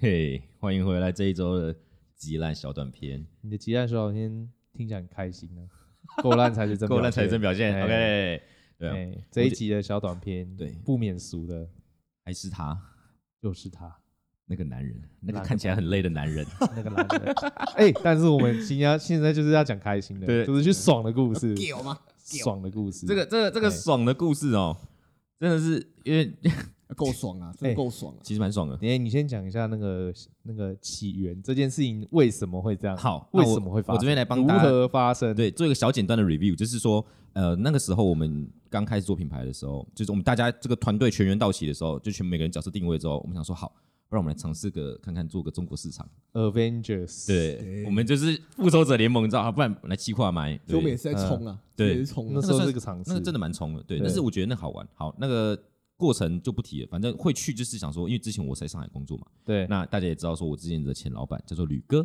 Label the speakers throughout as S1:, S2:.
S1: 嘿，欢迎回来这一周的极烂小短片，
S2: 你的极烂说好听听起来很开心呢、够烂才是 真，
S1: 够烂才真
S2: 表
S1: 表现。
S2: 哎
S1: OK，对
S2: 现。
S1: 啊，
S2: 哎这一集的小短片，
S1: 对
S2: 不免俗的
S1: 还是他
S2: 就是 他
S1: 那个男人，那个
S2: 哪个
S1: 看起来很累的男人。
S2: 那个男人。哎，但是我们今天现在就是要讲开心的，
S1: 对
S2: 就是去爽的故 事，
S1: 屌吗？
S2: 爽的故 事。
S1: 这个这个这个
S2: 哎
S1: 爽的故事哦，真的是因为！
S3: 够爽啊，真的够爽啊
S1: 其实蛮爽的。
S2: 哎，你先讲一下那个那个起源，这件事情为什么会这样？
S1: 好，那
S2: 为
S1: 我
S2: 什么会发生？
S1: 我这边来帮
S2: 如
S1: 大家
S2: 何发生？
S1: 对，做一个小简单的 review，就是说，呃，那个时候我们刚开始做品牌的时候，就是我们大家这个团队全员到齐的时候，就全每个人角色定位之后，我们想说好，不然我们来尝试个看看做个中国市场。
S2: ，Avengers，，
S1: 对，我们就是复仇者联盟，你知道，啊不然我们来企划买。
S3: 所以我们
S1: 对，
S3: 也是在冲啊，
S1: 对
S3: 我们也是冲
S2: 那
S3: 啊。
S2: 时候
S1: 算
S2: 是个尝试，
S1: 那个真的蛮冲的，对。
S2: 对
S1: 但是我觉得那好玩，好，那个过程就不提了，反正会去就是想说，因为之前我在上海工作嘛，
S2: 对，
S1: 那大家也知道说我之前的前老板叫做吕哥，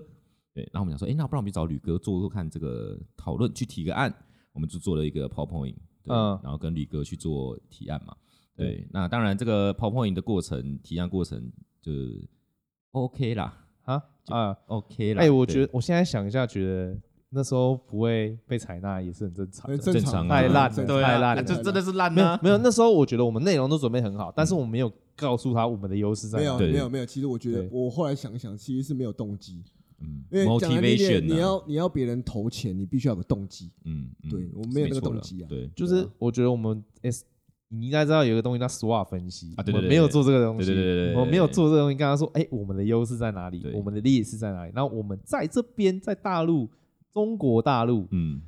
S1: 对，然后我们想说，哎，那不然我们去找吕哥做做看这个讨论，去提个案，我们就做了一个 PowerPoint，对，
S2: 嗯
S1: 然后跟吕哥去做提案嘛，对，那当然这个 PowerPoint 的过程，提案过程就是 OK 啦
S2: 啊啊，
S1: ，OK 啦，
S2: 哎，我
S1: 对
S2: 觉得我现在想一下，觉得那时候不会被采纳也是很正常
S3: 很
S2: 的。
S3: 正
S1: 正
S3: 常
S1: 常
S3: 啊，
S1: 啊
S2: 太烂了
S3: 正常
S1: 对
S2: 太
S1: 啊
S2: 烂
S3: 了
S1: 这真的是烂
S2: 没有
S1: 啊，
S2: 没有，那时候我觉得我们内容都准备很好，但是我们没有告诉他我们的优势在
S3: 嗯没
S2: 哪
S3: 有啊
S2: 里。
S1: 对
S3: 没有没有，其实我觉得
S2: 对
S3: 我后来想一想，其实是没有动机，
S1: 嗯
S3: 因为讲难听一点，你
S1: ，motivation 啊，
S3: 要你要别人投钱，你必须要有个动机。
S1: 嗯，嗯
S3: 对我们没有那个
S1: 错啦
S3: 动机啊
S1: 对。
S2: 就是我觉得我们 S，你应该知道有一个东西叫 SWOT 分析
S1: 啊对对对
S2: 我们没有做这个东西，
S1: 对对对对对对
S2: 我们没有做这个东西。跟他说，哎，我们的优势在哪里？
S1: 对
S2: 我们的劣势在哪里？然后我们在这边，在大陆，中国大陆
S1: 嗯，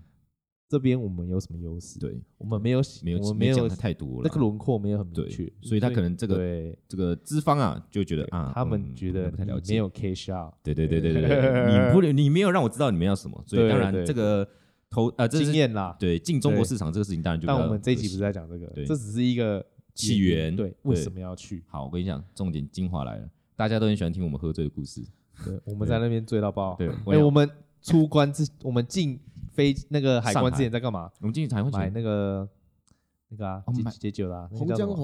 S2: 这边我们有什么优势？，
S1: 对，
S2: 我们没有，
S1: 没
S2: 我
S1: 有
S2: 们没
S1: 讲
S2: 有
S1: 的太多了，
S2: 那个轮廓没有很明
S1: 对
S2: 确，，
S1: 所以他可能这个
S2: 对
S1: 这个资方啊就觉得啊，
S2: 他们
S1: 嗯
S2: 觉
S1: 可能
S2: 得
S1: 不太了
S2: 你
S1: 解，
S2: 没有 K shot
S1: 对对对对 对对，你不你没有让我知道你们要什么，所以
S2: 对
S1: 当然
S2: 对
S1: 这个投呃这
S2: 经
S1: 是
S2: 验啦。
S1: 对进中国
S2: 对
S1: 市场这个事情当然就比
S2: 但
S1: 较
S2: 我们这一
S1: 可
S2: 集不
S1: 惜
S2: 是在讲这个，
S1: 对
S2: 这只是一个
S1: 起源
S2: 对，为什么要去？
S1: 好，我跟你讲，重点精华来了，大家都很喜欢听我们喝醉的故事，
S2: 对，我们在那边醉到爆。
S1: 对，
S2: 哎，我
S1: 我
S2: 们出关之，我们进飞那个海关之前在干嘛？
S1: 我们进去才会
S2: 买
S1: 讲
S2: 那个那个啊
S1: 哦，
S2: 解
S1: 买
S2: 解酒的啊，那个
S3: 红
S2: 叫什
S3: 姜
S2: 么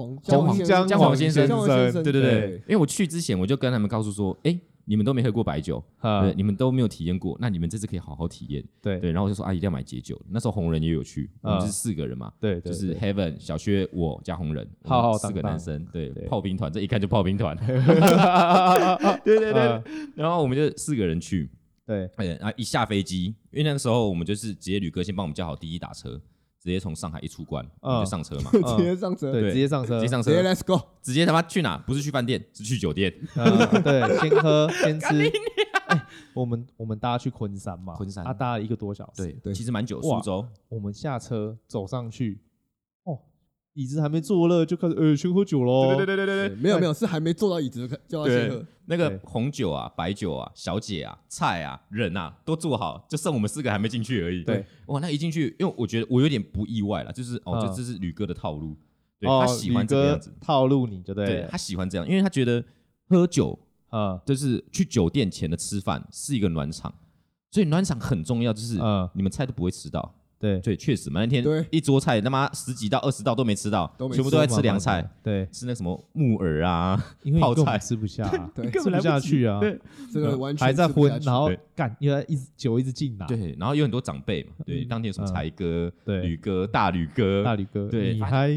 S3: 黄，
S2: 黄
S3: 姜
S1: 姜
S2: 黄
S1: 黄
S2: 先
S1: 先生
S3: 姜黄先生，
S2: 生
S1: 对对对
S2: 对，
S1: 因为我去之前我就跟他们告诉说，哎，你们都没喝过白酒，
S2: 啊
S1: 对，，你们都没有体验过，那你们这次可以好好体验，
S2: 对
S1: 对，然后我就说啊，一定要买解酒，那时候红人也有去，我们是
S2: 嗯
S1: 四个人嘛，
S2: 对，
S1: 就
S2: 对
S1: 是
S2: 对
S1: Heaven、小薛、我加红人，我们
S2: 浩浩
S1: 四个
S2: 荡荡
S1: 男生，对
S2: 对，
S1: 炮兵团，这一看就炮兵团，
S2: 对
S1: 对对对，然后我们就四个人去，
S2: 对
S1: 哎，啊，一下飞机，因为那个时候我们就是直接吕哥先帮我们叫好滴滴打车，直接从上海一出关我们就上车嘛，
S2: 嗯
S3: 直接上车，
S2: 对，
S1: 对
S2: 直接上
S1: 直
S2: 车
S1: 接，上
S3: 直接
S1: 车，
S3: Let's go，
S1: 直接他妈去哪？不是去饭店，是去酒店。
S2: 嗯对，先喝先吃。哎我们我们搭去昆山嘛，
S1: 昆山
S2: 他搭了一个多小时，
S3: 对
S1: 其实蛮久，
S2: 哇
S1: 苏州，
S2: 我们下车走上去，哦，椅子还没坐热就开始，呃，先喝酒喽。
S1: 对对对对对对。
S3: 没有没有，是还没坐到椅子就叫他先喝
S1: 对。，那个
S2: 对
S1: 红酒啊、白酒啊、小姐啊、菜啊、人啊，都做好，就剩我们四个还没进去而已。
S2: 对，
S1: 哇，那一进去，因为我觉得我有点不意外了，就是哦，
S2: 嗯
S1: 这这是吕哥的套路，对
S2: 哦，
S1: 他喜欢
S2: 宇
S1: 这个
S2: 哥
S1: 样子，
S2: 套路你就
S1: 对
S2: 对了
S1: 他，喜欢这样，因为他觉得喝酒
S2: 嗯
S1: 就是去酒店前的吃饭是一个暖场，所以暖场很重要，就是
S2: 嗯，
S1: 你们菜都不会吃到。
S2: 对，
S1: 对，确实嘛，那天
S3: 对
S1: 一桌菜他妈十几到二十道都没吃到
S3: 都，没
S1: 全部
S3: 吃
S1: 都在
S2: 麻
S1: 吃凉菜
S2: 烦的，，对，
S1: 吃那什么木耳啊，
S2: 因为你
S1: 泡
S2: 根本
S1: 菜
S2: 吃不下 啊，
S3: 对
S1: 根
S2: 吃
S1: 本来
S2: 不
S1: 不
S2: 下
S1: 及
S2: 去 啊，
S1: 对
S3: 这个完全
S2: 还在
S3: 吃不
S2: 昏
S3: 下，去
S2: 然后
S1: 对
S2: 干又在一直酒一直进来，
S1: 对，然后有很多长辈嘛，对，
S2: 啊嗯
S1: 当天有什么
S2: 嗯
S1: 才哥、
S2: 对
S1: 吕哥、大吕哥，
S2: 大吕哥，
S1: 对
S2: 你
S1: 发
S2: 还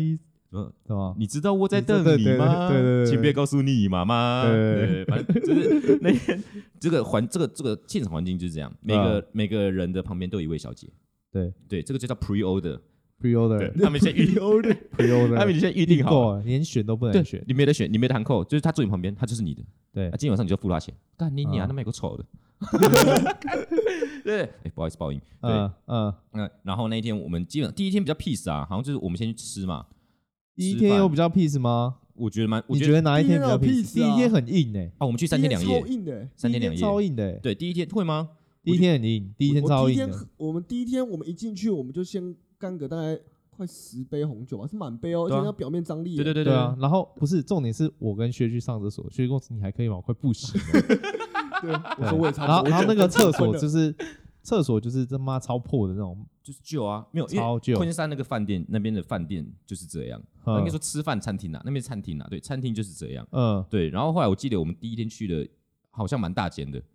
S1: 嗯
S2: 什么？
S1: 你知道我在
S2: 你知道
S1: 瞪
S2: 对
S1: 你
S2: 对
S1: 吗？
S2: 对对对对
S1: 请别告诉你妈妈。
S2: 对
S1: 对，反正就是那天这个环这个这个现场环境就是这样，每个每个人的旁边都有一位小姐。
S2: 嗯对
S1: 对，这个就叫 pre order，
S2: pre
S1: 对
S2: order，
S1: 他们 先预 order，
S2: pre
S1: 他
S2: order，
S1: 们先预定好了。
S2: 够了，连选都不
S1: 对
S2: 能选，，
S1: 你没得选，你没得喊扣，就是他坐你旁边，他就是你的。
S2: 对
S1: 啊，今天晚上你就付他钱。干你娘，
S2: 嗯
S1: 那么有个丑 的。 对，哎，不好意思，报应。对，
S2: 嗯嗯，
S1: 那然后那一天我们基本第一天比较 peace 啊，好像就是我们先去吃嘛。
S2: 第一
S1: 吃
S2: 天
S1: 饭
S2: ，E 有比较 peace 吗？
S1: 我觉得蛮，我
S2: 你
S1: 觉
S2: 觉
S1: 得
S2: 得哪一
S3: 第一
S2: 天比
S3: 天
S2: 较
S3: 有
S2: peace？第
S3: peace
S2: 一
S3: 啊
S2: 天很硬哎，
S1: 啊，我们去三天两夜
S3: 超，硬的。
S1: 三
S2: 第一
S1: 天两
S2: 超
S1: 夜。
S2: 硬的欸，
S1: 对，第一天会吗？
S2: 第一天很硬，第一天
S3: 我
S2: 超
S3: 我第一
S2: 硬
S3: 天
S2: 的，
S3: 我们第一天我们一进去，我们就先干个大概快十杯红酒吧，是满杯哦，而
S1: 对啊
S3: 且它表面张力。
S1: 对对对
S2: 对啊。然后不是重点是我跟薛去上厕所，薛跟我说你还可以吗？我快不行了。
S3: 对，我
S2: 对
S3: 说我也差
S2: 然
S3: 不
S2: 后
S3: 多。
S2: 然后嗯那个厕所
S3: 我
S2: 就
S3: 就
S2: 是厕所就是他妈超破的那种，
S1: 就是旧啊，没有，因
S2: 超
S1: 为
S2: 旧
S1: 昆山那个饭店那边的饭店就是这样，
S2: 嗯
S1: 啊应该说吃饭餐厅啊，那边餐厅啊，对，餐厅就是这样。
S2: 嗯
S1: 对，然后后来我记得我们第一天去的好像蛮大间的酒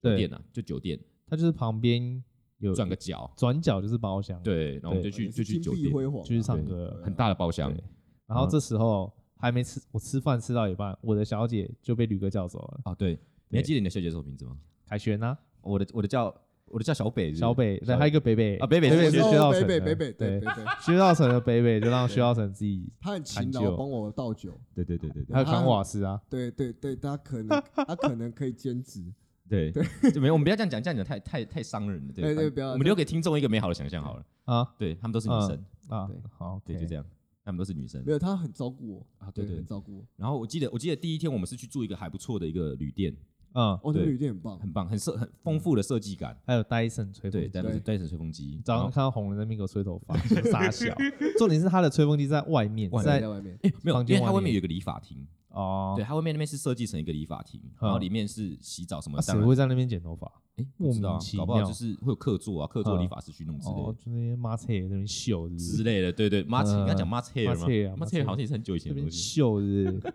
S2: 对
S1: 店啊，就酒店
S2: 它就是旁边有
S1: 转个角，
S2: 转角就是包厢，，
S1: 对，然后我们就
S2: 对
S1: 去
S3: 也
S1: 就是去
S3: 金
S1: 酒
S3: 碧
S1: 店，
S3: 辉煌啊，
S2: 就去唱歌了
S3: 对。
S1: 很大的包厢，
S2: 对然后这时候还没吃，我吃饭吃到一半，我的小姐就被吕哥叫走了，
S1: 啊，对，你还记得你的小姐什么名字吗？
S2: 凯旋啊，
S1: 我的我的叫我的叫小北是不是，
S2: 小北，
S1: 小
S2: 对，还有一个北北
S1: 啊北北
S2: 北
S1: 是
S2: 北
S1: 我
S2: 是
S1: 觉
S2: 薛
S3: 哦
S2: 道
S3: 北
S2: 成
S3: 北
S2: 的，
S3: 北北对
S2: 对，
S3: 北北，
S2: 薛道成的北北就让薛道成自己，
S3: 他很勤
S2: 韩
S3: 劳
S2: 酒
S3: 帮我倒酒，
S1: 对对对对对
S2: 还有扛瓦斯啊，
S3: 对对对，他可 能他可能可以兼职，
S1: 对对，就没有我们不要这样讲，这样讲太太太伤人了，对
S3: 对对
S1: 反正
S3: 不要
S1: 我们留给听众一个美好的想象好了，
S2: 啊
S1: 对他们都是女生，
S2: 啊
S3: 对，
S2: 好，
S1: 对，就这
S2: 样，
S1: 样，他们都是女生
S3: 没，有他很照顾我
S1: 啊对对
S3: 很照顾我。
S1: 然后我记得，我记得第一天我们是去住一个还不错的一个旅店，
S2: 嗯，
S3: 哦，那个
S1: 对
S3: 旅店很棒，
S1: 很棒，很设很丰富的设计感。
S2: 还有 Dyson 吹风
S1: 对，
S2: 机，
S1: 带
S3: 对
S1: 带着吹风机，
S2: 嗯早
S1: 然
S2: 上
S1: 后
S2: 看到红人在那边给我吹头 发，傻笑。重点是他的吹风机在外面，
S1: 外面
S3: 在
S2: 在
S3: 在外面，
S1: 哎没有，
S2: 房
S1: 因
S2: 间
S1: 为它外
S2: 外
S1: 面
S2: 面
S1: 有一个理发厅，
S2: 哦，嗯
S1: 对，它外面那边是设计成一个理发厅，然后里面是洗澡什么
S2: 啊，，谁
S1: 当然
S2: 会在那边剪头发？
S1: 哎
S2: 莫
S1: 不知道啊
S2: 名其
S1: 搞不好
S2: 妙
S1: 就是会有客座啊，客座
S2: 嗯
S1: 理发师去弄之类
S2: 哦
S1: 的，
S2: 就那边抹菜在那边秀，是不
S1: 之
S2: 是？
S1: 类的，对对，马
S2: 嗯
S1: 应该讲马切尔吗
S2: 马切尔啊？
S1: 马
S2: 马
S1: 切
S2: 切
S1: 尔
S2: 尔
S1: 好像也是很久以前
S2: 那
S1: 的东
S2: 边
S1: 西。
S2: 秀是 不是，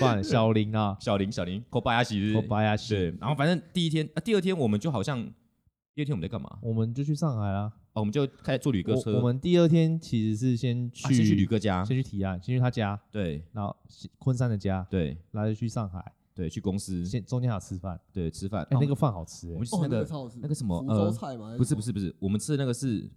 S2: 不然小林啊，
S1: 小林小林，扣巴亚西是
S2: 我
S1: 不是，
S2: 白牙西，
S1: 对，然后反正第一天啊，第二天我们就好像第二天我们在干嘛？
S2: 我们就去上海啦。
S1: 哦，我们就开始坐旅客车，
S2: 我我们第二天其实是先去
S1: 啊先去旅客家，
S2: 先去提案，先去他家，
S1: 对
S2: 然后昆山的家，
S1: 对
S2: 然后就去上海，
S1: 对，去公司，
S2: 先中间还有吃饭，
S1: 对吃饭，
S2: 哎，
S1: 然后
S2: 那个饭好吃
S1: 我
S2: 哎
S1: 们，就
S3: 哦
S1: 吃那个
S3: 那个超好吃
S1: 那个什么
S3: 福州
S1: 呃，
S3: 菜吗？
S1: 不是不
S3: 是，
S1: 是不是，我们吃的那个是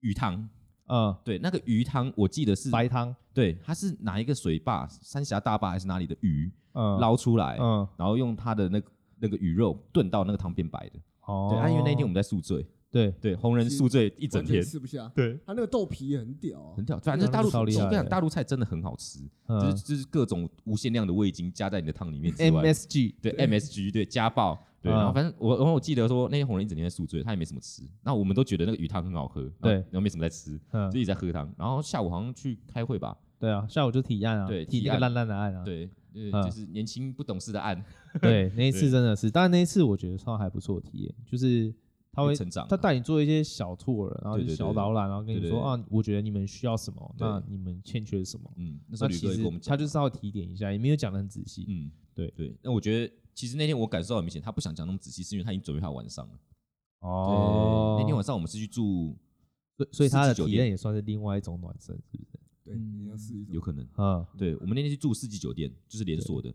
S1: 鱼汤，
S2: 嗯，
S1: 对，那个鱼汤我记得是，
S2: 白汤，
S1: 对，它是哪一个水坝，三峡大坝还是哪里的鱼
S2: 嗯，
S1: 捞出来，
S2: 嗯，
S1: 然后用它的那个那个鱼肉炖到那个汤变白的，
S2: 哦，
S1: 对，啊，因为那天我们在宿醉，
S2: 对
S1: 对，红人宿醉一
S3: 一
S1: 整天。
S3: 吃不下。
S2: 对，
S3: 他那个豆皮也很屌啊
S1: 很，屌，反正大陆，
S2: 超
S1: 我
S2: 厉
S1: 跟
S2: 害
S1: 你讲，
S2: 的
S1: 大陆菜真的很好吃，就是
S2: 嗯
S1: 就是各种无限量的味精加在你的汤里面之外，
S2: ，MSG
S1: 对 MSG 对家暴对，
S2: 嗯
S1: 然后反正我然后我记得说那天红人一整天在宿醉，他也没什么吃，那我们都觉得那个鱼汤很好喝，然后
S2: 对
S1: 然后没什么在吃，
S2: 嗯
S1: 就，一直在喝汤，然后下午好像去开会吧，
S2: 对啊，下午就提案啊，
S1: 对
S2: 提
S1: 提
S2: 那
S1: 案
S2: 个烂烂的案啊，
S1: 对，呃，
S2: 嗯
S1: 就是年轻不懂事的案，
S2: 对，那
S1: 对
S2: 一次真的是，但那一次我觉得算还不错的体验，就是他会
S1: 成长啊，
S2: 他带你做一些小 tour，然后
S1: 对
S2: 就
S1: 对对
S2: 小
S1: 对
S2: 导览，然后跟
S1: 对
S2: 你
S1: 对
S2: 说
S1: 对
S2: 啊，我觉得你们需要什么，
S1: 对
S2: 那你们欠缺什么。
S1: 嗯，那时候
S2: 那
S1: 吕
S2: 其
S1: 哥也跟我
S2: 实
S1: 们
S2: 他
S1: 讲，
S2: 就稍微提点一下，也没有讲的很仔细。
S1: 嗯，
S2: 对
S1: 对，那我觉得其实那天我感受到很明显，他不想讲那么仔细，是因为他已经准备好晚上了。
S2: 哦，
S1: 对那天晚上我们是去住，
S2: 所以所以他的
S1: 四季酒
S2: 体
S1: 店
S2: 验也算是另外一种暖身，是不是？
S3: 对，你要试一
S1: 有
S3: 种。
S1: 可能，
S2: 嗯
S1: 对我们那天去住世纪酒店，就是连锁的，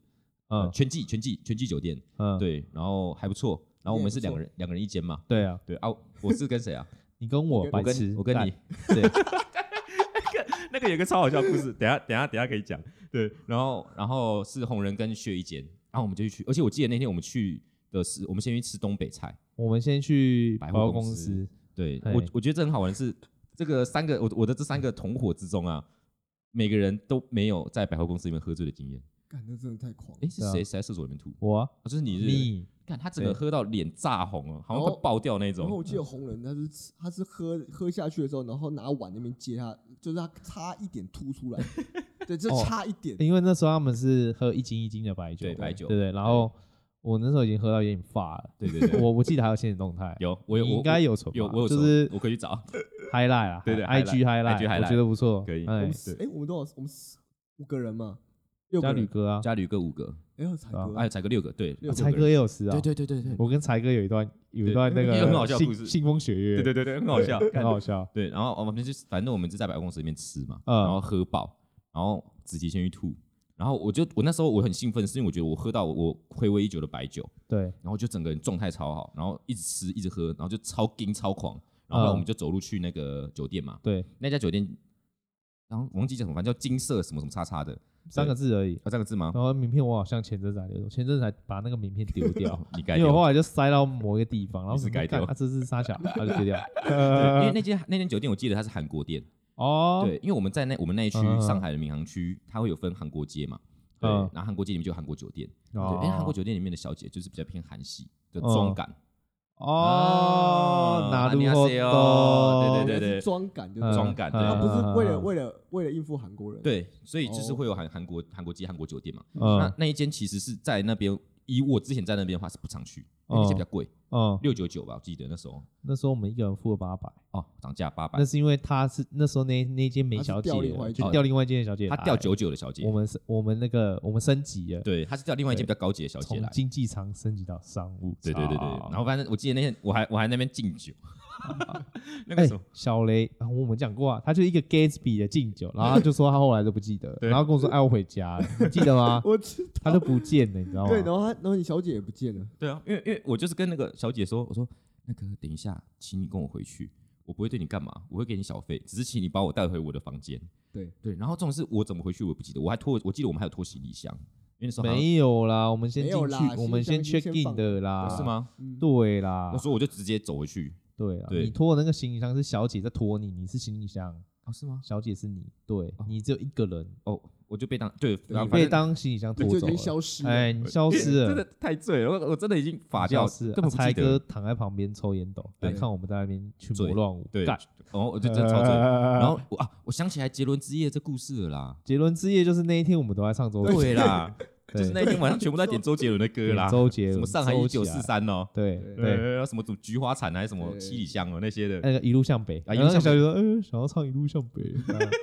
S1: 呃
S2: 嗯
S1: 全季全季全季酒店，
S2: 嗯，
S1: 对，然后还不错，然后我们是
S3: 也不错
S1: 两个人两个人一间嘛，
S2: 对啊，
S1: 对啊，我是跟谁 啊？
S2: 你跟我白
S1: 我跟
S2: 痴，
S1: 我跟
S2: 干
S1: 你，对，那个那个有个超好笑的故事，等一下等一下等一下可以讲。对，然后然后是红人跟薛一间，然后我们就去，而且我记得那天我们去的是，我们先去吃东北菜。
S2: 我们先去
S1: 百
S2: 百
S1: 货
S2: 货
S1: 公
S2: 公
S1: 司
S2: 司，
S1: 对
S2: 嘿
S1: 我我觉得这很好玩的是，这个三个我我的这三个同伙之中啊，每个人都没有在百货公司里面喝醉的经验。
S3: 干，那真的太狂了。
S1: 哎，是
S2: 对啊
S1: 谁谁在厕所里面吐？
S2: 我啊
S1: 哦就是你哦是不是
S2: 你
S1: 看他整个
S2: 对
S1: 喝到脸炸红了，好像
S3: 然
S1: 快
S3: 后
S1: 爆掉那
S3: 然后
S1: 种
S3: 我。记得红人他是吃他是喝喝下去的时候，然后拿碗那边接他，就是他差一点吐出来， 对，就
S2: 哦
S3: 差一
S1: 哎
S3: 点。
S2: 因为那时候他们是喝一斤一斤的白酒，
S1: 对白酒
S2: 对对。然后我那时候已经喝到有点发了，
S1: 对 对对，
S2: 我我记得还有现实动态，
S1: 有我有
S2: 你
S1: 我
S2: 应该有存吧，
S1: 有我有
S2: 就是
S1: 搜我可以去 找。
S2: highlight 啊，
S1: 对对
S2: i g
S1: highlight，
S2: highlight，
S1: highlight
S2: 我觉得不错，
S1: 可以
S2: 哎
S3: 我们四哎，我们多少？我们四五个人嘛，六
S2: 加
S3: 个
S2: 吕
S3: 人。
S2: 哥啊，
S1: 加吕哥五个，
S3: 哎，有才
S2: 啊
S3: 哥
S1: 哎，，才哥六个，对，
S3: 六
S1: 六个
S2: 啊
S3: 个
S2: 才哥
S1: 人
S2: 也有吃啊
S1: 对，对对对对，
S2: 我跟才哥有一段有一段那
S1: 有
S2: 个
S1: 很好笑的故
S2: 腥
S1: 事
S2: 腥风血月，
S1: 对对对对，很好笑，
S2: 很好笑，
S1: 对，然后我们就反正我们就在百货公司里面吃嘛，
S2: 嗯
S1: 然后喝饱，然后子琪先去吐，然后我就我那时候我很兴奋，是因为我觉得我喝到我回味已久的白酒，
S2: 对，
S1: 然后就整个人状态超好，然后一直吃一直喝，然后就超劲超狂，然后后来
S2: 嗯
S1: 我们就走路去那个酒店嘛，
S2: 对，
S1: 那家酒店，然后我忘记叫什么，反正叫金色什么什么叉叉的，
S2: 三个字而已。
S1: 啊这个字吗？
S2: 然后名片我好像前阵子还留着，前阵子还把那个名片丢掉，
S1: 你 改
S2: 因为我
S1: 掉。
S2: 后来就塞到某一个地方，然后
S1: 你是
S2: 我想
S1: 改
S2: 说
S1: 掉
S2: 干啊，这是沙小，然后就 丢掉。
S1: 对因为那间那间酒店我记得它是韩国店，
S2: 呃哦，
S1: 对，因为我们在那我们那一区
S2: 嗯嗯嗯
S1: 上海的闵行区，它会有分韩国街嘛，对，
S2: 嗯
S1: 然后韩国街里面就有韩国酒店，
S2: 哦，
S1: 对，因为韩国酒店里面的小姐就是比较偏韩系的妆感，啊
S2: 哦，拿
S1: 안녕하세요
S2: 路
S1: 哦对对对
S3: 是装感
S2: 嗯
S3: 对吧？
S1: 妆感对
S2: 嗯
S3: 他不是为了
S2: 嗯
S3: 为了为了应付韩国人，
S1: 对，所以就是
S3: 哦
S1: 会有韩韩国韩国街、韩国酒店嘛。
S2: 嗯
S1: 那那一间其实是在那边以我之前在那边的话是不常去，因为那些比较贵，
S2: 嗯，
S1: 六九九吧，我记得那时候
S2: 那时候我们一个人付了八百，
S1: 哦，涨价八百
S2: 那，是因为他是那时候那那间没
S3: 他是
S2: 小姐
S3: 调另外
S2: 了
S3: 一
S2: 就
S3: 间？
S2: 调另外一间的小姐
S1: 他
S2: 来
S1: 掉，九九的小姐
S2: 我，们是我们那个我们升级了，
S1: 对，他是掉另外一间比较高级的小姐
S2: 从
S1: 来，
S2: 经济舱升级到商务
S1: 对
S2: 舱，
S1: 对对对，然后反正我记得那天我还我还在那边敬 酒，那个
S2: 哎
S1: 什么，
S2: 小雷，啊我们讲过啊，他就是一个 Gatsby 的敬酒，然后他就说他后来都不记得，
S1: 对
S2: 然后跟我说哎我回家了，你记得吗
S3: 我知
S2: 他都不见了，你知道吗？
S3: 对，然后他，然后你小姐也不见了，
S1: 对啊，因为因为我就是跟那个小姐说，我说那个等一下，请你跟我回去，我不会对你干嘛，我会给你小费，只是请你把我带回我的房间。
S3: 对
S1: 对，然后这种事我怎么回去我也不记得，我还拖，我记得我们还有拖行李箱，因为那时候好像
S2: 没有啦，我们先
S3: 没有
S2: 进
S3: 啦
S2: 去，我们
S3: 行李箱已经
S2: check
S3: 先
S2: in
S3: 放
S2: 的啦，
S1: 是？吗？
S3: 嗯，
S2: 对啦
S1: 我，说我就直接走回去。
S2: 对啦，
S1: 对
S2: 你拖的那个行李箱是小姐在拖你，你是行李箱，
S1: 哦，是吗？
S2: 小姐是你，对
S1: 哦
S2: 你只有一个人，
S1: 哦，我就被当对，然后反
S2: 你被
S1: 正
S2: 当行李箱
S3: 你
S2: 拖
S3: 就已
S2: 走
S3: 经
S2: 了，
S3: 消失了。
S2: 哎，你 消失
S1: 真的
S2: 了。
S1: 太醉了，我我真的已经法
S2: 你
S1: 掉
S2: 消
S1: 了，
S2: 失了
S1: 根
S2: 啊
S1: 本不记
S2: 才哥
S1: 得。
S2: 躺在旁边抽烟斗，
S1: 对
S2: 来看我们在那边群
S1: 醉
S2: 魔乱舞。
S1: 对，
S2: 干
S1: 然后哦我就 真的超醉。然后我啊，我想起来杰伦之夜这故事了啦。
S2: 杰伦之夜就是那一天我们都在唱周杰伦，
S1: 对啦，
S2: 对，
S1: 就是那天晚上全部在点周杰伦的歌啦，
S2: 点周杰伦
S1: 什么上海一
S2: 周
S1: 九
S2: 起来
S1: 四三哦，
S2: 对
S3: 对
S2: 对，
S1: 呃，什么什么菊花残还是什么
S3: 对
S1: 七里香哦那些的，
S2: 那个一路向北，
S1: 啊
S2: 然
S1: 一
S2: 后
S1: 路
S2: 那个
S1: 向
S2: 小姐说，呃，想要唱一 路向北，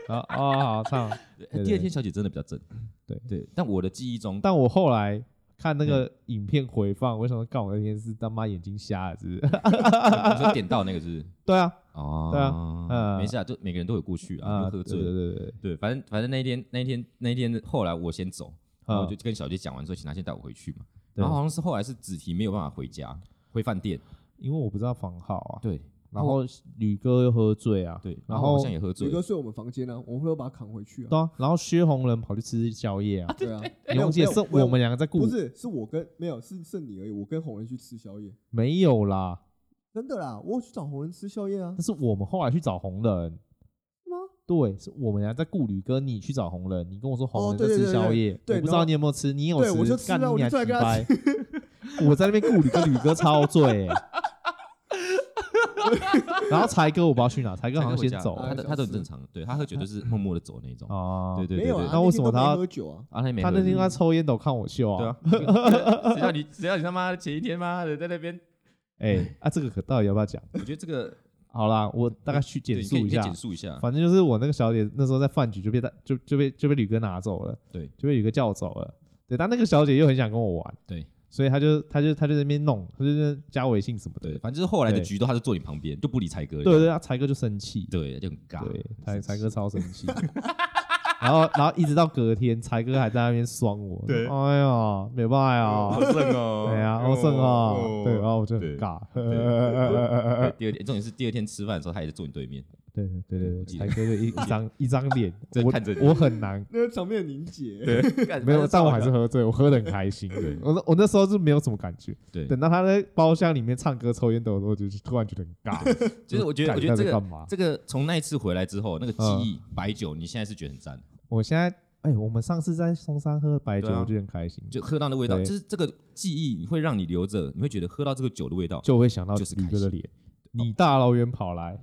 S2: 然后 啊，好唱。
S1: 哎第二天小姐真的比较正，
S2: 对
S1: 对，但我的记忆 中，
S2: 但我后来看那个影片回放，我想说，干我那天是他妈眼睛瞎了，是不是？
S1: 你说点到那个是不是
S2: 对啊，
S1: 哦，
S2: 对啊呃
S1: 没事啊，就每个人都有过去啊，
S2: 啊，
S1: 就
S2: 对
S1: 喝
S2: 对
S1: 醉，
S2: 对对，
S1: 对，反正反正那一天那一天那一天后来我先走，然后
S2: 啊
S1: 我就跟小姐讲完之后，请她先带我回去嘛，
S2: 对
S1: 然后好像是后来是子提没有办法回家，回饭店，
S2: 因为我不知道房号啊，
S1: 对
S2: 然后吕哥又喝醉啊，
S1: 对，
S2: 然
S1: 后我
S2: 后
S1: 好像也喝醉
S3: 宇哥
S1: 了，
S3: 睡我们房间呢，我们会把他扛回去啊。
S2: 对啊，然后薛红人跑去吃宵夜啊，
S3: 对啊，
S1: 哎
S2: 你忘记
S3: 没
S2: 了
S3: 有
S2: 是
S3: 没有
S2: 我们两个在顾
S3: 不，是是我跟没有是是你而已，我跟红人去吃宵夜，
S2: 没有啦，
S3: 真的啦，我有去找红人吃宵夜啊
S2: 但，是我们后来去找红人。
S3: 是吗？
S2: 对，是我们俩在顾吕哥，你去找红人，你跟我说红
S3: 哦
S2: 人在
S3: 对
S2: 吃
S3: 对对
S2: 宵
S3: 对
S2: 夜，
S3: 对
S2: 我不知
S3: 然
S2: 道
S3: 后
S2: 你有没有吃，你有
S3: 对我就吃
S2: 干
S3: 啊我
S2: 你
S3: 就
S2: 俩
S3: 出来
S2: 鸡
S3: 跟他
S2: 掰！ 我在那边顾吕哥，吕哥超醉欸、然后才哥我不知道去哪，才哥好像
S1: 回
S2: 先
S1: 家
S2: 走
S1: 他
S2: 了
S3: 啊
S1: 的他都很正常，对他喝酒就是默默的走那种，
S2: 哦。
S1: 对对
S3: 没
S1: 对
S3: 有
S1: 对
S3: 啊，
S2: 那为什么
S3: 天都没
S2: 他
S3: 喝酒啊？
S1: 啊，他也没
S2: 他
S1: 喝
S2: 那
S1: 酒
S2: 天在抽烟斗看我秀
S1: 对
S2: 啊
S1: 啊， 谁叫你谁叫你他妈前一天妈的在那边？
S2: 哎、啊这个可到底要不要讲？
S1: 我觉得这个
S2: 好啦，我大概去简
S1: 对你可
S2: 述
S1: 以
S2: 一
S1: 你可以
S2: 下，
S1: 简述一下。
S2: 反正就是我那个小姐那时候在饭局就被他就就被就被吕哥拿走了，
S1: 对，
S2: 就被吕哥叫走了。对，但那个小姐又很想跟我玩，
S1: 对，
S2: 所以她就她就她就在那边弄，她就在加微信什么的。
S1: 对，反正就是后来的
S2: 对
S1: 局都他就坐你旁边，就不理才哥。
S2: 对对，啊才哥就生气，
S1: 对，就很尬。
S2: 对，才才哥超生 气。然后，然后一直到隔天，才哥还在那边酸我，
S1: 对
S2: 哎呀，没办法呀，
S1: 胜哦
S2: 对呀，我胜啊，对，然呃后我就很
S1: 对
S2: 尬，呃
S1: 对第二天，重点是第二天吃饭的时候，他也是坐你对面，
S2: 对对对对
S1: 我
S2: 对，
S1: 记
S2: 才
S1: 得
S2: 哥就一一张一张脸，
S1: 在
S2: 我
S1: 看着你
S2: 我很难，
S3: 那个场面很凝结，
S1: 对，干
S2: 没有，
S1: 反正
S2: 但我还
S1: 超
S2: 是喝醉，我喝的很开心，
S1: 对
S2: 我那我那时候是没有什么感觉，
S1: 对。
S2: 等到他在包厢里面唱歌抽烟的时候，我就突然觉得很尬，
S1: 就是我觉得，
S2: 干
S1: 我觉得
S2: 他
S1: 这
S2: 在
S1: 个
S2: 干嘛？
S1: 这个从那一次回来之后，那个记忆白
S2: 嗯
S1: 酒，你现在是觉得很赞，
S2: 我现在，哎，我们上次在松山喝白酒，
S1: 对啊
S2: 我就很开心，
S1: 就喝到那味道，
S2: 对
S1: 就是这个记忆，你会让你留着，你会觉得喝到这个酒的味道，
S2: 就会想到
S1: 就是
S2: 李
S1: 开
S2: 哥的
S1: 心
S2: 脸，你大老远跑来。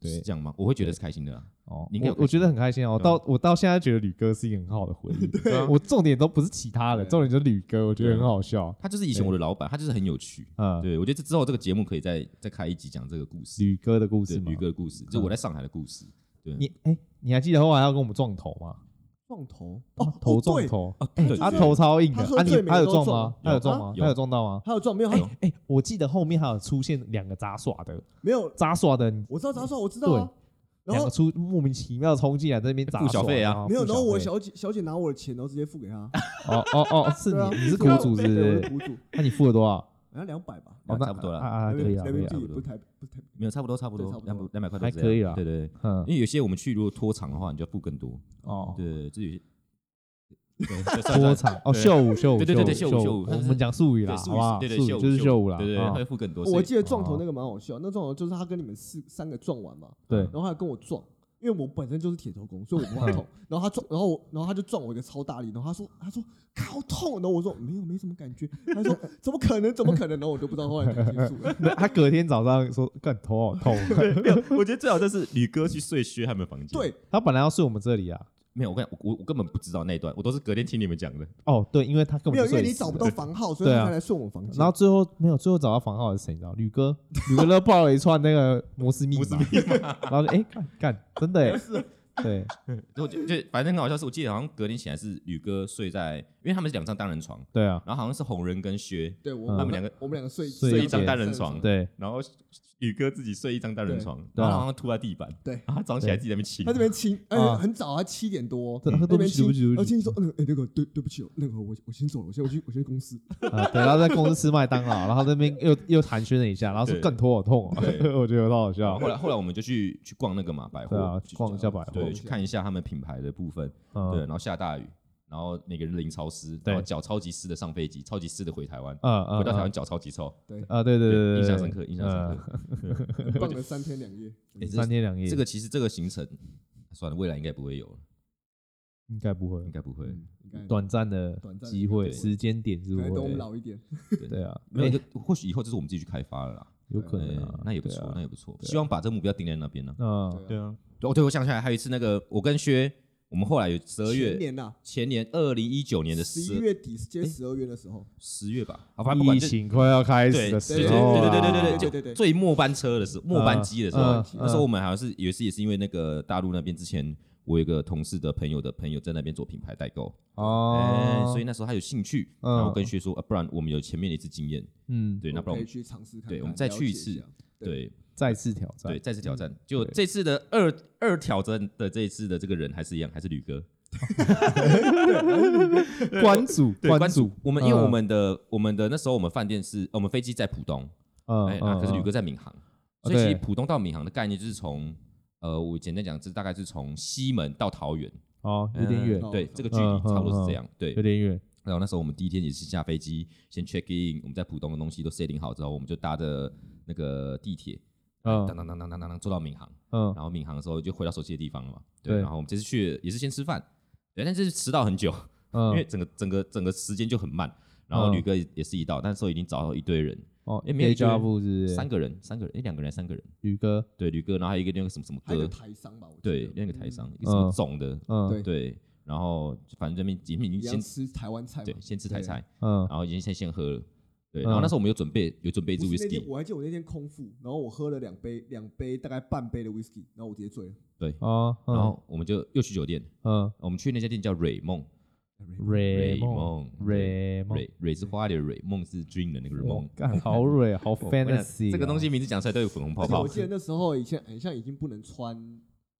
S2: 对
S1: 是这样吗？我会觉得是开心的啊啦。
S2: 哦，
S1: 你应该有
S2: 我我觉得很开心哦，我
S1: 对啊
S2: 到我到现在觉得吕哥是一个很好的回忆。
S1: 对啊
S2: 我重点都不是其他的，
S3: 对
S2: 重点就是吕哥，我觉得很好笑。
S1: 他就是以前我的老板，他就是很有趣。
S2: 嗯，
S1: 啊对，我觉得这之后这个节目可以再再开一集讲这个故事，
S2: 吕哥的故
S1: 对
S2: 事嘛
S1: 吕，哥的故事，就是我在上海的故事。对，
S2: 你哎，你还记得后来要跟我们撞头吗？
S3: 撞头哦，
S2: 头
S3: 哦
S2: 撞，
S3: 对
S2: 头，
S1: 哦，对，
S3: 就是
S2: 他头超硬的
S3: 他，喝
S2: 啊你
S3: 醉每个
S2: 他有
S3: 都
S2: 撞
S3: 撞
S2: 吗？他有撞吗
S1: 啊？
S2: 他有撞到吗？
S3: 还有撞没有？还有
S2: 哎，我记得后面还有出现两个杂耍的，
S3: 没有，
S2: 杂耍的你
S3: 我知道杂耍，我知道啊。
S2: 嗯
S3: 然
S2: 两
S3: 后
S2: 个出莫名其妙冲进来在那边杂耍
S1: 付小费啊
S2: 后
S3: 没有，
S2: 付
S3: 然后我
S2: 费
S3: 小姐小姐拿我的钱，然后直接付 给他。
S2: 哦哦哦，是
S3: 对啊
S2: 你你是苦
S3: 对啊
S2: 主是不
S3: 对，我
S2: 是
S3: 是？苦主，
S2: 那你付了多少？
S3: 好像两百吧，
S2: 哦，那
S1: 差不多了
S2: 啊啊，可以啊，
S3: 人
S2: 可以
S3: 民
S2: 啊
S3: 币
S1: 可以啊
S3: 不是台不是台
S1: 没有，差不多，差不多
S3: 对差，不
S1: 两
S3: 多
S1: 百两百块都
S2: 还
S1: 这样
S2: 可以啦
S1: 对对，对
S2: 嗯，
S1: 因为有些我们去如果拖场的话，你就要付更多。
S2: 哦，
S1: 对对对，这有些对 算算
S2: 脱
S1: 算
S2: 场哦，
S1: 对
S2: 秀舞秀舞
S1: 对对对对
S2: 秀
S1: 秀舞
S2: 舞
S1: 秀舞
S2: 我们讲术语啦，
S1: 对
S2: 好
S1: 术
S2: 不好？
S1: 语，对对
S2: 术
S1: 秀
S2: 语就是
S1: 秀
S2: 舞啦，
S1: 对对，对
S2: 啊
S1: 会付更多。所
S3: 我
S1: 以
S3: 记得撞头那个蛮好笑，那撞头就是他跟你们四三个撞完嘛，
S2: 嗯对嗯
S3: 然后他跟我撞，因为我本身就是铁头功，所以我不怕痛。然后他撞，然后我，然后他就撞我一个超大力，然后他说他说靠痛，啊然后我说没有没什么感觉，他说怎么可能怎么可能，然后我就不知道后来怎么结 束了。
S2: 那他隔天早上说，干 头好痛。啊
S1: 没有，我觉得最好就是吕哥去睡薛他们房间。
S3: 对，
S2: 他本来要睡我们这里啊，
S1: 没有，我跟我我我根本不知道那一段，我都是隔天听你们讲的。
S2: 哦，对，因为他根
S3: 没
S2: 本
S3: 有，
S2: 就
S3: 因为
S2: 睡
S3: 你
S2: 死
S3: 找不
S2: 了
S3: 到房号，所以
S2: 对
S3: 他
S2: 啊
S3: 才来睡我房间。
S2: 然后最后没有，最后找到房号的是谁？你知道，吕哥，吕哥都报了一串那个摩斯密
S1: 不是
S2: 码，
S1: 密码，
S2: 然后就哎干干，真的哎，对，
S1: 我就就反正很好笑，是我记得好像隔天起来是宇哥睡在，因为他们是两张单人床，
S2: 对啊，
S1: 然后好像是红人跟薛，
S3: 对我
S2: 嗯
S3: 我
S1: 他们两个
S3: 我们两个睡
S2: 睡
S3: 睡
S2: 一张
S1: 单人床
S2: 对，
S1: 然后宇哥自己睡一张单人床，
S2: 对
S1: 然
S2: 啊
S1: 后好像吐在地板，
S3: 对
S1: 然后他早上起来自己在那边亲
S3: 他，这边亲，而
S2: 啊
S3: 且很早，他七点多。
S2: 对
S3: 那
S2: 对不
S3: 边
S2: 起，对不
S3: 亲
S2: 起，对，
S3: 然后
S2: 不
S3: 亲
S2: 起
S3: 说，嗯，哎，那个，对，对不起，哦，那个，我我先走了，我先我去我先去 公司。
S2: 啊，对，然后在公司吃麦当劳，然后那边又又寒暄了一下，然后说
S1: 对
S2: 更头好痛哦，
S1: 对
S2: 我觉得超好
S1: 然后
S2: 笑
S1: 后，来后来我们就去去逛那个嘛百货，
S2: 对啊
S1: 去
S2: 逛一下百货
S1: 对，去看一下他们品牌的部分，对，
S2: 嗯
S1: 然后下大雨，然后每个人淋潮湿，
S2: 对
S1: 然后脚超级湿的上飞机，超级湿的回台湾，
S2: 嗯嗯
S1: 回到台
S2: 嗯
S1: 湾脚超级臭，
S2: 啊，对对对对，
S1: 印象深
S2: 对
S1: 刻，印象深
S2: 嗯
S1: 刻。
S3: 逛了三天两夜，
S1: 哎，这
S2: 三天两夜，
S1: 这个其实这个行程，算了，未来应该不会有了，
S2: 应该不会
S1: 应，该不会。
S3: 嗯应该
S2: 短暂的
S3: 短暂的
S2: 机会，
S1: 对
S2: 时间点是不
S3: 可能等我
S2: 会
S3: 们，老一点。
S2: 对啊，
S1: 没有，
S2: 哎
S1: 就或许以后就是我们自己去开发了啦。
S2: 有可能
S1: 对
S2: 啊，，
S1: 那也不
S2: 对啊
S1: 错，那也不错。
S2: 对啊
S1: 希望把这个目标定在那边呢。
S2: 嗯，
S3: 对
S1: 啊。哦，对，我想起来还有一次，那个我跟薛，我们后来有十二
S3: 前
S1: 月，
S3: 年呐，
S1: 前年二零一九年的
S3: 十一
S1: 十哎
S3: 月底接十二月的时候，
S1: 十月吧，啊，反正不管
S2: 疫
S1: 就
S2: 情快要开
S1: 对
S2: 始
S1: 对
S2: 的时
S1: 对
S2: 候啊，
S1: 对对对对对
S3: 对对
S1: 对
S3: 对
S1: 就最末班车的时候，末班机的时候
S2: 嗯，
S1: 那时候我们好像是有一次也是因为那个大陆那边之前。我有一个同事的朋友的朋友在那边做品牌代购，哎
S2: 哦，，
S1: 所以那时候他有兴趣，
S2: 嗯
S1: 然后我跟薛说，啊，不然我们有前面的一次经验，
S2: 嗯，
S1: 对，那
S3: 我
S1: 不然我
S3: 可以
S1: 们
S3: 去尝试看看，
S1: 对我们再去一次
S3: 了解下。
S1: 对
S2: 再次挑战，
S1: 对再次挑
S2: 嗯
S1: 战，就这次的二二挑战的这一次的这个人还是一样，还是吕哥，
S2: 关注
S1: 对关
S2: 注嗯
S1: 我们因为我们的我们的那时候我们饭店是呃我们飞机在浦东，
S2: 嗯哦
S1: 哎，啊，可是吕哥在闵行，所以
S2: 对
S1: 其实浦东到闵行的概念就是从呃，我简单讲，这大概是从西门到桃园，
S2: 哦有点远
S1: 嗯，对，这个距离
S2: 嗯
S1: 差不多是这样，对
S2: 有。点远，
S1: 然后那时候我们第一天也是下飞机，先 check in，我们在浦东的东西都 setting 好之后，我们就搭着那个地铁，当
S2: 嗯
S1: 当当当当当当坐到闵行，
S2: 嗯
S1: 然后闵行的时候就回到熟悉的地方了嘛，
S2: 对
S1: 对。然后我们这次去也是先吃饭，对，但是迟到很久，因为
S2: 嗯，
S1: 整个整个整个时间就很慢。然后
S2: 嗯
S1: 吕哥也也是一到，那时候已经找到一堆人，
S2: 哦，
S1: 也没有一个人
S2: Deja vu 是不是
S1: 三个人，三个人，哎，两个人，三个人，
S2: 吕哥，
S1: 对，吕哥，然后还有一个那个什么什么
S3: 还有一
S1: 哥
S3: 个，台商吧，我记
S1: 对
S3: 得，
S1: 那个台商，一个
S2: 嗯
S1: 什么总的，
S2: 嗯
S3: 对
S1: 对，然后反正这边已经
S3: 一样
S1: 先
S3: 吃台湾菜嘛。
S1: 对先吃台菜，
S2: 嗯
S1: 然后已经先先喝了，对，
S2: 嗯
S1: 然后那时候我们有准备有准备一支
S3: 不是那
S1: whisky，
S3: 天我还记得我那天空腹，然后我喝了两杯，两杯大概半杯的 whisky，然后我直接醉了。
S2: 哦，
S1: 然后我们就又去酒店，
S2: 嗯
S1: 我们去那家店叫蕊梦，
S2: ，Ray
S1: 梦，对
S2: ，Ray 梦
S1: 蕊蕊是花的蕊，梦是 dream 的那个
S2: 哇
S1: 梦。
S2: 干好蕊，好
S1: 我跟你讲
S2: fantasy，
S1: 这个
S2: 哦
S1: 东西名字讲出来都有粉红泡
S3: 而且
S1: 泡
S3: 我，记得那时候以前很哎像已经不能穿，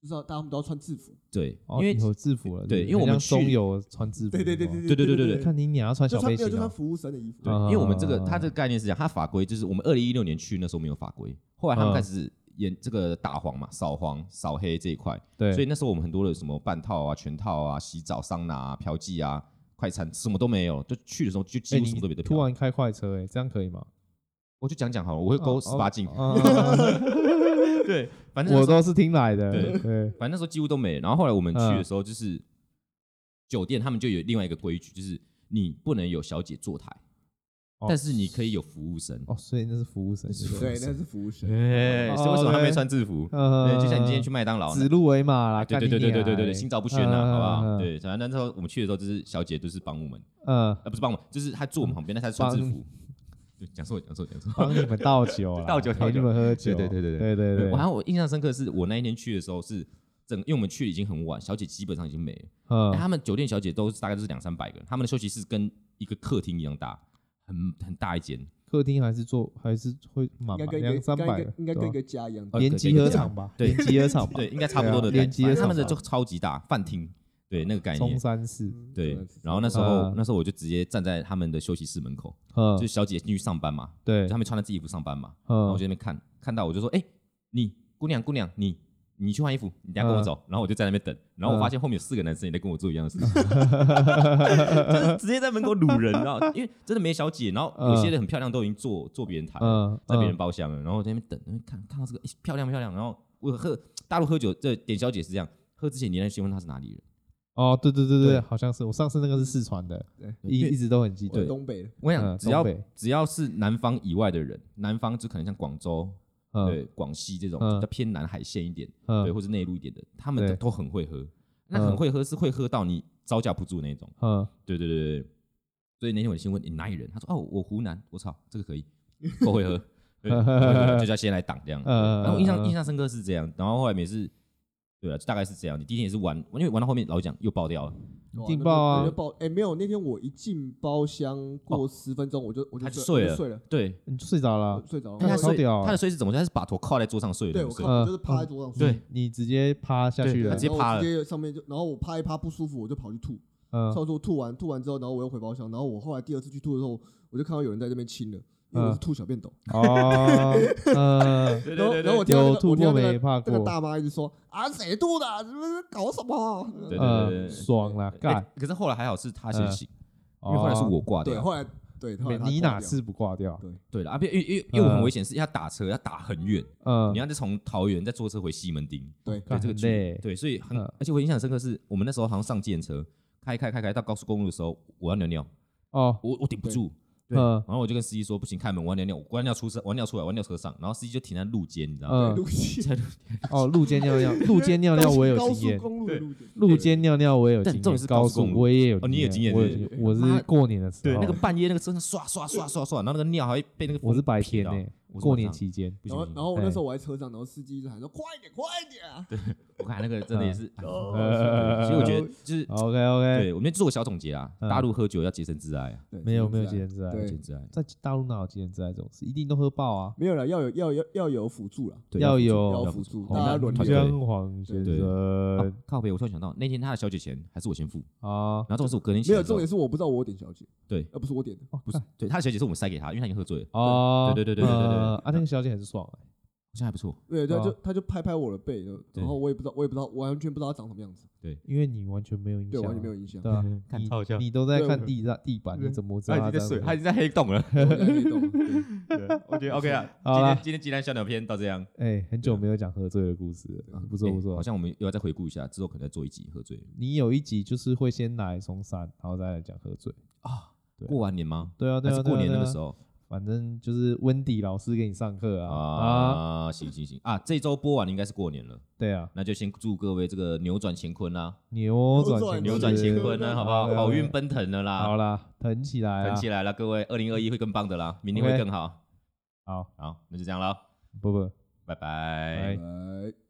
S3: 不知道大家们都要穿制服。
S1: 对，
S2: 哦
S1: 因为
S2: 你有制服了，
S1: 对
S2: 是不是
S1: 因为我们
S2: 很像
S1: 去
S2: 中游穿制服，
S3: 对对对对
S2: 是吗
S1: 对对对对对
S2: 看你你要穿
S3: 就
S2: 小
S3: 穿没
S2: 背
S3: 有
S2: 心
S3: 就穿
S2: 哦，
S3: 服务生的衣服。
S1: 对，因为我们这个
S2: 啊
S1: 它这个概念是这样，它法规就是我们二零一六年去那时候没有法规，后来他们
S2: 嗯
S1: 开始演这个打黄嘛，扫黄、扫黑这一块，
S2: 对，
S1: 所以那时候我们很多的什么半套啊、全套啊、洗澡、桑拿、啊、嫖妓啊、快餐什么都没有，就去的时候就几
S2: 哎
S1: 乎什么
S2: 你
S1: 都没得嫖。
S2: 突然开快车，哎，这样可以吗？
S1: 我就讲讲好了，我会勾
S2: 哦
S1: 十八禁，
S2: 哦 哦
S1: 对，反正那
S2: 我
S1: 时候
S2: 都是听来的，
S1: 对
S2: 对，
S1: 反正那时候几乎都没。然后后来我们去
S2: 嗯
S1: 的时候，就是酒店他们就有另外一个规矩，就是你不能有小姐坐台，
S2: 哦
S1: 但是你可以有服务生。
S2: 哦，所以那是服务生，不
S3: 对，那是服务生。
S1: 哎，所以为什么他没穿制服？对，
S2: 哦嗯，
S1: 就像你今天去麦当劳，
S2: 指鹿为马啦，
S1: 哎对
S2: 干
S1: 对对
S2: 你
S1: 对对
S2: 娘
S1: 对对
S2: 欸
S1: 对，心照不宣呐，
S2: 嗯
S1: 好不好？
S2: 嗯嗯
S1: 对，反正那时候我们去的时候，就是小姐就是帮我们，
S2: 嗯，
S1: 呃，不是帮我们，就是她坐我们旁边，但是她穿制服。对，讲错讲错讲错。
S2: 帮你们倒酒 啦，哎
S1: 倒酒倒
S2: 陪你
S1: 酒
S2: 们喝酒，
S1: 对对对对
S2: 对对 对，
S1: 然后我印象深刻的是，我那一天去的时候是整，因为我们去已经很晚，小姐基本上已经没了。但
S2: 嗯，
S1: 他们酒店小姐都是大概都是两三百个人，他们的休息室跟一个客厅一样大，很很大一间。
S2: 客厅还是做还是会满满
S3: 应该跟一
S2: 两
S3: 个
S2: 三
S3: 应该
S2: 百
S3: 跟
S2: 个，
S3: 应该
S2: 对
S3: 跟
S2: 吧
S3: 一个家一样
S1: 呃
S3: 大。
S2: 连
S1: 跟
S2: 集
S1: 跟
S2: 合
S1: 一个
S2: 场吧，
S1: 对
S2: 连集合场吧，
S1: 对，应该差不多的
S2: 对
S1: 感
S2: 啊连
S1: 觉。
S2: 接
S1: 反正他们的
S2: 上
S1: 就超级大，饭厅，对那个概
S2: 中
S1: 念。
S2: 山市，
S3: 嗯
S1: 对
S3: 这样子，
S1: 然后那时候、
S2: 嗯
S1: 那时候我就直接站在他们的休息室门口，
S2: 嗯
S1: 就是，小姐进去上班嘛，
S2: 对，
S1: 他们穿着自己衣服上班嘛，然后我
S2: 嗯
S1: 就在那边看，看到我就说，哎、你姑娘姑娘，你你去换衣服，你等下跟我
S2: 嗯
S1: 走。然后我就在那边等，然后我发现后面有四个男生也在跟我做一样的 事情， 就是直接在门口掳人，然后因为真的没小姐，然后有些人很漂亮，都已经坐坐别人台了，
S2: 嗯，
S1: 在别人
S2: 嗯
S1: 包厢了，然后我在那边等，那边看看到这个、诶漂亮漂亮，然后我喝大陆喝酒，这点小姐是这样，喝之前你要先问她是哪里人。
S2: 哦，对对对对，
S1: 对
S2: 好像是我上次那个是四川的
S3: 对，
S2: 一一直都很记
S3: 我是
S2: 得，
S3: 东北的，
S1: 我跟你
S2: 嗯
S1: 讲，只要
S2: 东北
S1: 只要是南方以外的人，南方就可能像广州、
S2: 嗯
S1: 对广西这种比
S2: 嗯
S1: 较偏南海线一点，对，
S2: 嗯
S1: 或是内陆一点的，他们都
S2: 对
S1: 都很会喝。那很
S2: 嗯
S1: 会喝，是会喝到你招架不住那种。
S2: 嗯，
S1: 对对对对，所以那天我先问你哪里人，他说哦我湖南，我操这个可以，够会喝， 对够会喝就叫先来挡这样。对
S2: 嗯
S1: 然后印
S2: 嗯
S1: 象
S2: 嗯
S1: 印象深刻是这样，然后后来每次对啊，大概是这样。你第一天也是玩，因为玩到后面老实讲又爆掉了，
S3: 哇
S2: 劲
S3: 那
S2: 爆
S3: 就
S2: 啊
S3: 那就爆！哎，没有，那天我一进包厢过十分钟，我就我
S1: 哦他
S3: 就
S1: 就
S3: 睡
S1: 睡
S3: 我
S1: 了
S3: 就睡了，
S1: 对，
S2: 你睡着了
S3: 我
S2: 啊，
S3: 睡着了。
S1: 但
S2: 那
S1: 他
S3: 我
S2: 超
S1: 睡
S2: 屌欸
S1: 他的睡是怎么？他是把头靠在桌上睡的
S3: 对
S1: 那
S3: 我
S1: 种睡
S3: 靠，，我
S2: 嗯
S3: 就是趴在桌上睡，
S1: 对
S2: 你直接趴下去了
S1: 对，
S3: 然
S1: 直接
S3: 后
S1: 趴
S3: 我
S1: 了
S3: 直接上面就，然后我趴一趴不舒服，我就跑去吐，
S2: 嗯
S3: 上，次我吐完吐完之后，然后我又回包厢，然后我后来第二次去吐的时候，我就看到有人在那边亲了，因
S2: 嗯
S3: 为我是吐小便斗，
S2: 哦，嗯，
S1: 对
S3: 然后
S1: 对对
S3: 然后我
S1: 对
S3: 听到那
S2: 有
S3: 个我
S2: 吐
S3: 听到
S2: 过
S3: 那
S2: 没
S3: 个
S2: 怕
S3: 那个
S2: 过？
S3: 大妈一直说啊谁吐的，你们搞什么？啊
S1: 对
S2: 嗯，爽啦，
S1: 对，
S2: 干
S1: 哎，可是后来还好是他先
S2: 嗯哦
S1: 醒，因为后来是我挂
S3: 对，
S1: 掉。
S3: 后来对，后来
S2: 没
S3: 他
S2: 你
S3: 挂
S2: 哪
S3: 掉
S2: 次不挂掉？
S1: 对了啊，不因为因为因为我很
S2: 嗯
S1: 危险，是要打车，要打很远，
S2: 嗯
S1: 你，要再从桃园再坐车回西门町。
S3: 对
S1: 对这个
S2: 很
S1: 距离
S2: 累
S1: 对，所以很，
S2: 嗯
S1: 而且我印象很深刻是，我们那时候好像上电车，开开开开到高速公路的时候，我要尿尿，
S2: 哦，
S1: 我我顶不
S3: 对
S1: 住，对，
S2: 嗯
S1: 然后我就跟司机说不行，开门，我要尿尿，我要尿出车，我要尿出来，我要尿车上，然后司机就停在路肩，你知道吗？
S2: 嗯，
S3: 路线
S1: 在路
S2: 哦，路肩 尿尿，路肩尿尿我也有经验
S3: 高速，公路的路
S2: 路肩尿尿我也有
S1: 但
S2: 经验，
S1: 重点是
S2: 高
S1: 高速公路
S2: 我也有
S1: 哦你也有经验
S2: 我
S1: 是不
S2: 有
S1: 是
S2: 经我
S1: 妈
S2: 是过年的时候，
S1: 对，那个半夜那个车上刷刷刷刷刷，然后那个尿还会被那个
S2: 哦我是
S1: 风
S2: 白
S1: 劈
S2: 天
S1: 到
S2: 呢，
S1: 哦我是
S2: 过
S1: 晚
S2: 年
S1: 上
S2: 期间，
S1: 不行
S3: 然后
S1: 不行，
S3: 然后
S2: 哎
S3: 那时候我在车上，然后司机一直喊说快点快点啊！
S1: 我看那个真的也是， 哎
S3: 哦
S1: 对所以我觉得就是。
S2: OK OK，
S1: 对，我们就做个小总结啊，
S2: 哦嗯
S1: 大陆喝酒要洁身自爱啊，
S3: 对
S2: 没有
S3: 是
S2: 没有
S3: 这
S2: 戒
S3: 样
S2: 烟自爱，
S3: 对
S1: 洁身自爱，
S2: 在大陆哪有戒烟自爱这种事，一定都喝爆啊，
S3: 没有了，要有要有要有辅助了，
S1: 对
S2: 要
S1: 辅助
S2: 有
S1: 要
S3: 要
S1: 辅
S3: 辅助，
S1: 哦
S3: 大家
S1: 那
S3: 轮
S1: 好
S3: 流
S1: 像
S2: 姜黄先
S1: 对
S2: 生
S1: 啊靠北，我突然想到，那天他的小姐钱还是我先付，
S2: 啊
S1: 然，后重点是我隔天起
S3: 没
S1: 来
S3: 有
S1: 的时候
S3: 重点是我不知道我有点小姐，
S1: 对
S3: 呃，不是我点的，
S2: 哦
S1: 不是，对，他的小姐是我们塞给他，因为他已经喝醉了，
S2: 哦，
S1: 对对对对对对对
S2: 嗯啊，那个小姐很爽欸，
S1: 好像还不错。
S3: 对，他就
S2: 哦
S3: 他就拍拍我的背，然后我也不知道我也不知道我完全不知道他长什么样子，
S2: 因为你完全没有影
S3: 对，
S2: 响啊，
S3: 我完全没有印象，
S2: 对啊，
S1: 嗯看
S2: 你
S1: 超好笑
S2: 你都在
S3: 对
S2: 看
S3: 我
S2: 地上地板，你
S3: 对
S2: 怎么知
S1: 他
S2: 道
S1: 已经在
S2: 长
S1: 睡，
S2: 什
S1: 他
S2: 么
S1: 已经在黑洞 了。
S3: 我在黑洞对
S1: 我觉得 OK 啊，
S2: 好
S1: 今
S2: 啦
S1: 天今天鸡蛋小鸟篇到这样，
S2: 哎、很久没有讲喝醉的故事了，不错
S1: 欸
S2: 不错。
S1: 好像我们又要再回顾一下，之后可能再做一集喝醉
S2: 你有一集就是会先来松山，然后再来讲喝醉。
S1: 啊。
S2: 对
S1: 过完年吗？
S2: 对啊，
S1: 还
S2: 对
S1: 是
S2: 啊，
S1: 过年那个时
S2: 候，
S1: 候
S2: 反正就是温迪老师给你上课啊啊，
S1: 啊？行行行啊，这周播完应该是过年了，
S2: 对啊，
S1: 那就先祝各位这个扭转乾坤啦，
S2: 扭
S3: 转
S2: 转
S3: 乾
S2: 乾
S1: 扭转乾坤啦，
S3: 对
S1: 好不好？
S2: 对啊
S1: 好运奔腾了啦，
S2: 好啦，腾起来
S1: 腾
S2: 啊，
S1: 起来了，各位，二零二一会更棒的啦，明天会
S2: OK
S1: 更好。
S2: 好，
S1: 好，那就这样了，
S2: 不不，
S1: 拜拜
S2: 拜。
S3: 哎。